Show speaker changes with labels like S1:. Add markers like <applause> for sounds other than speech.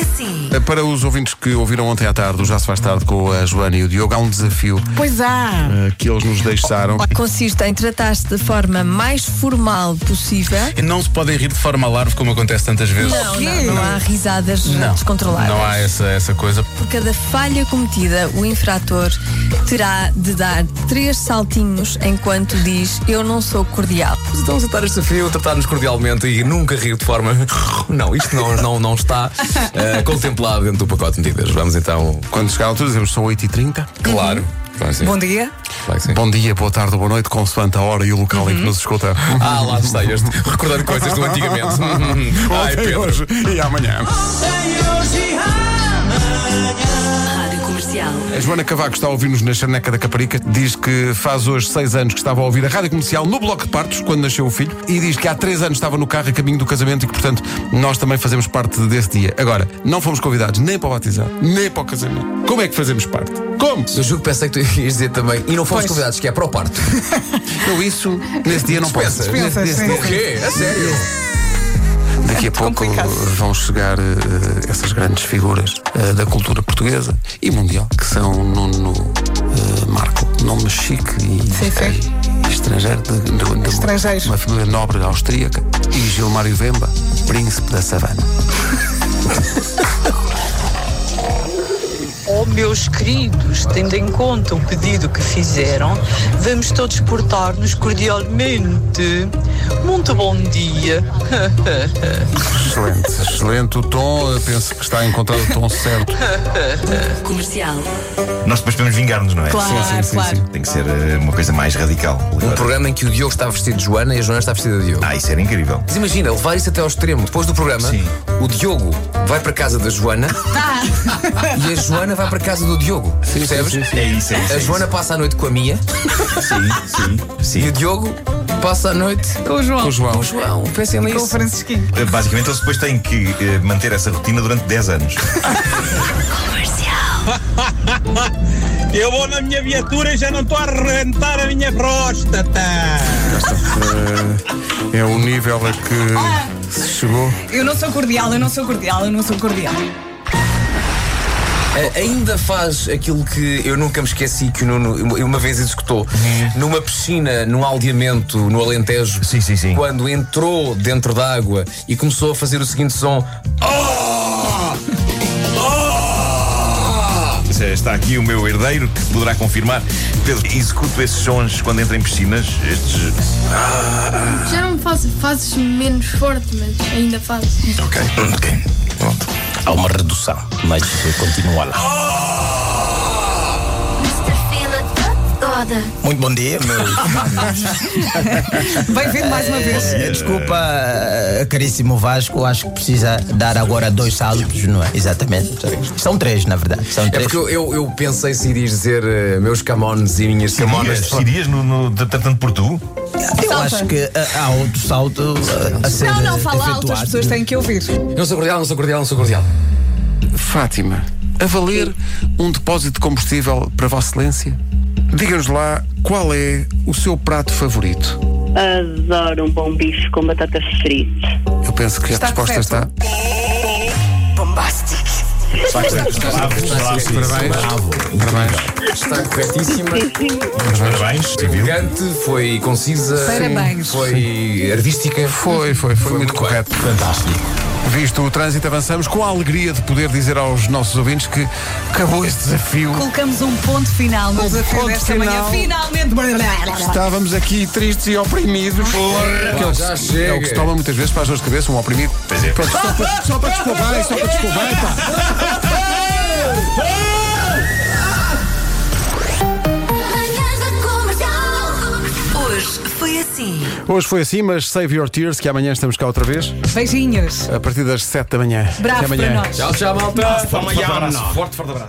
S1: assim.
S2: Para os ouvintes que ouviram ontem à tarde, o já se faz tarde com a Joana e o Diogo, há um desafio
S1: Pois há.
S2: eh, que eles nos deixaram.
S3: Consiste em tratar-se da forma mais formal possível.
S4: Não se podem rir de forma larva, como acontece tantas vezes.
S3: Não, não, não há risadas descontroladas.
S4: Não há essa, essa coisa.
S3: Por cada falha cometida, o infrator terá de dar três saltinhos enquanto diz eu não sou cordial.
S5: Então aceitar este desafio, tratar-nos cordialmente e nunca rir de forma. <laughs> Não, isto não, não, não está eh, contemplado dentro do pacote de medidas. Vamos então.
S2: Quando chegar a altura, dizemos são 8h30.
S5: Claro. Claro que sim.
S1: Bom dia.
S5: Claro que sim.
S2: Bom dia, boa tarde, ou boa noite, consoante a hora e o local em que nos escuta.
S5: Ah, lá está este. Recordando coisas do antigamente. Ai,
S2: Ontem,
S5: Pedro.
S2: hoje <laughs> e amanhã.
S1: Rádio Comercial.
S2: A Joana Cavaco está a ouvir-nos na Charneca da Caparica. Diz que faz hoje seis anos que estava a ouvir a rádio comercial no Bloco de Partos, quando nasceu o filho. E diz que há três anos estava no carro a caminho do casamento e que, portanto, nós também fazemos parte desse dia. Agora, não fomos convidados nem para o batizado, nem para o casamento. Como é que fazemos parte? Como?
S5: Eu juro que pensei que tu ias dizer também. E não fomos convidados, que é para o parto.
S2: Eu isso, nesse dia não posso. Nesse-
S5: Dispensa.
S2: nesse
S1: Dispensa,
S2: dia-
S5: O quê? A sério?
S2: Daqui a pouco
S1: complicado.
S2: vão chegar eh, essas grandes figuras eh, da cultura portuguesa e mundial, que são Nuno eh, Marco, nome chique e,
S1: Sim, sim.
S2: e estrangeiro, de, de- de-
S1: Estrangeiro.
S2: uma figura nobre austríaca, e Gilmário Vemba, príncipe da savana.
S6: Oh, meus queridos, tendo em conta o pedido que fizeram, vamos todos portar-nos cordialmente. Muito bom dia. <laughs>
S2: Excelente, excelente o tom, eu penso que está a encontrar o tom certo.
S1: Comercial.
S7: Nós depois podemos vingar-nos, não é?
S3: Claro, Sim, sim, sim, claro. sim.
S7: Tem que ser eh, uma coisa mais radical.
S5: Um programa em que o Diogo está vestido de Joana e a Joana está vestida de Diogo.
S7: Ah, isso era incrível.
S5: Mas imagina, levar isso até ao extremo. Depois do programa,
S7: Sim.
S5: o Diogo vai para casa da Joana <laughs> e a Joana vai para casa do Diogo. Percebes?
S7: É isso, é isso.
S5: A
S7: é
S5: Joana passa a noite com a minha
S7: isso. Sim,
S5: e
S7: sim.
S5: o Diogo passa a noite
S1: Com o João.
S2: O João,
S5: com o João. Pensem
S1: Com o
S5: nisso.
S1: Francisquinho.
S7: Eh, Basicamente, eles depois têm que eh, manter essa rotina durante 10 anos.
S8: Eu vou na minha viatura e já não estou a arrebentar a minha próstata.
S2: é o nível a que se chegou.
S1: Eu não sou cordial, eu não sou cordial, eu não sou cordial.
S5: A- Ainda faz aquilo que eu nunca me esqueci que o Nuno uma vez executou numa piscina, num aldeamento, no Alentejo.
S7: Sim, sim, sim.
S5: Quando entrou dentro da água e começou a fazer o seguinte som. Oh!
S7: Eh, Está aqui o meu herdeiro que poderá confirmar. Pedro, executo esses sons quando entro em piscinas. Estes.
S9: Já não fazes, fazes menos forte, mas ainda fazes.
S10: Então,
S7: Ok. Ok. Pronto.
S10: Há uma redução, mas continua lá. Muito bom dia, meu.
S1: Bem-vindo mais uma vez.
S5: Eh,
S10: Desculpa, eh, caríssimo Vasco, acho que precisa dar agora dois saltos, não é? Exatamente. São três, na verdade. São
S5: É
S10: três.
S5: porque eu, eu, eu pensei se irias dizer eh, meus camones e minhas camonas.
S7: Irias, irias no, no, tratando por tu?
S10: Eu acho que eh, há outro salto eh, a ser.
S1: Não, não, fala alto, as
S10: outras
S1: pessoas têm que ouvir.
S5: Eu não sou cordial, não sou cordial, não sou cordial.
S2: Fátima, a valer um depósito de combustível para Vossa Excelência? Diga-nos lá qual é o seu prato favorito.
S11: Adoro um bom bife com batata frita.
S2: Eu penso que
S1: Está
S2: a resposta
S1: correto.
S2: está.
S5: Ah,
S7: Parabéns.
S2: Parabéns.
S5: Está corretíssima,
S7: Parabéns. Civil.
S5: elegante, foi concisa,
S1: Parabéns.
S5: foi artística.
S2: Foi, foi, foi, muito,
S5: muito
S2: correto.
S10: Fantástico.
S2: Visto o trânsito, avançamos com a alegria de poder dizer aos nossos ouvintes que acabou este desafio.
S1: Colocamos um ponto final no desafio
S2: ponto
S1: desta manhã.
S2: final.
S1: Finalmente.
S2: Estávamos aqui tristes e oprimidos. Porra!
S5: Pá, já
S2: É
S5: chega.
S2: o que se toma muitas vezes para as dores de cabeça, um oprimido.
S7: Pois é.
S2: Pronto, só para, só para desculpar, é só para desculpar, pá.
S1: Hoje foi assim.
S2: Hoje foi assim, mas save your tears, que amanhã estamos cá outra vez,
S1: Beijinhos.
S2: a partir das 7 da manhã.
S1: Bravo
S2: Até amanhã.
S1: para nós.
S5: Tchau, tchau, malta.
S7: Forte, forte abraço. Forte, forte abraço.